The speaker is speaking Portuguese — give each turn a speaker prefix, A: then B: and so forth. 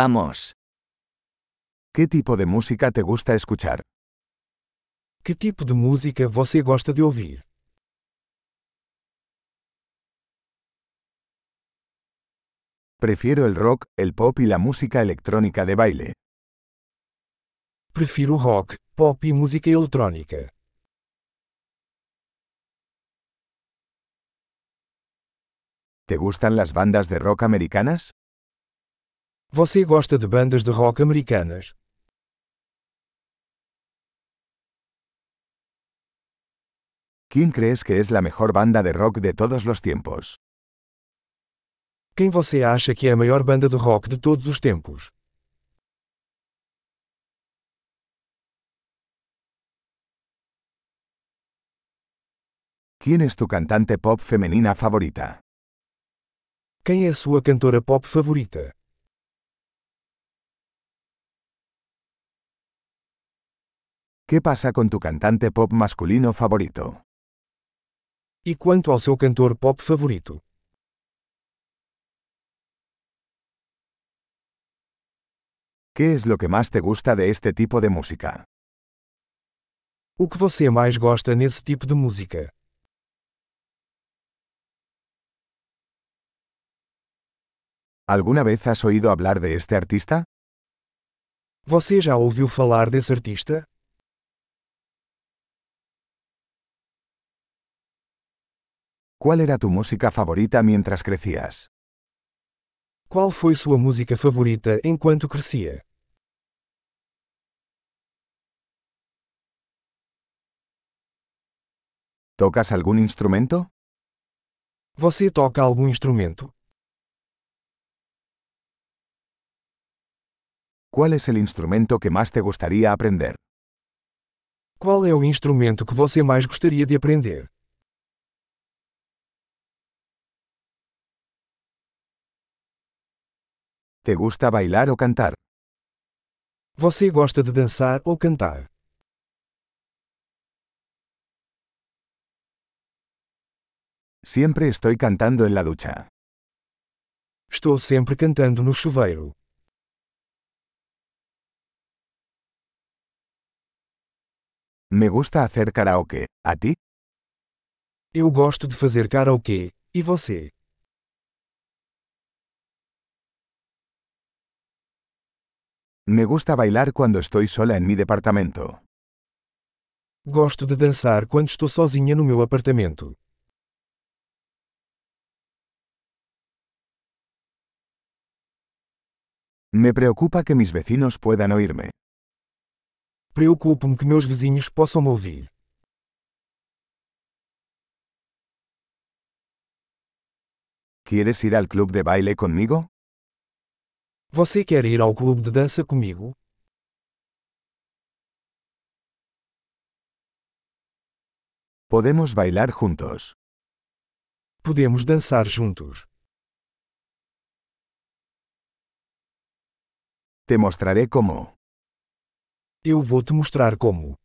A: Vamos.
B: ¿Qué tipo de música te gusta escuchar?
C: Que tipo de música você gosta de ouvir?
B: Prefiero el rock, el pop y la música electrónica de baile.
C: Prefiro rock, pop e música eletrônica.
B: ¿Te gustan las bandas de rock americanas?
C: Você gosta de bandas de rock americanas?
B: ¿Quién crees que es la mejor banda de rock de todos los tiempos?
C: Quem você acha que é a maior banda de rock de todos os tempos?
B: ¿Quién es tu cantante pop femenina favorita?
C: Quem é a sua cantora pop favorita?
B: ¿Qué pasa con tu cantante pop masculino favorito?
C: E quanto ao seu cantor pop favorito?
B: ¿Qué es lo que más te gusta de este tipo de música?
C: O que você mais gosta nesse tipo de música?
B: ¿Alguna vez has oído hablar de este artista?
C: Você já ouviu falar desse artista?
B: ¿Cuál era tu música favorita mientras crecías?
C: Qual foi sua música favorita enquanto crescia?
B: ¿Tocas algún instrumento?
C: Você toca algum instrumento?
B: ¿Cuál es el instrumento que más te gustaría aprender?
C: Qual é o instrumento que você mais gostaria de aprender?
B: ¿Te gusta bailar o cantar?
C: Você gosta de dançar ou cantar?
B: Siempre estoy cantando en la ducha.
C: Estou sempre cantando no chuveiro.
B: Me gusta hacer karaoke. ¿A ti?
C: Eu gosto de fazer karaokê. E você?
B: Me gusta bailar cuando estoy sola en mi departamento.
C: Gosto de dançar quando estou sozinha no meu apartamento.
B: Me preocupa que mis vecinos puedan oírme.
C: Preocupo-me que meus vizinhos possam me ouvir.
B: ¿Quieres ir al club de baile conmigo?
C: Você quer ir ao clube de dança comigo?
B: Podemos bailar juntos.
C: Podemos dançar juntos.
B: Te mostraré cómo.
C: Eu vou te mostrar como.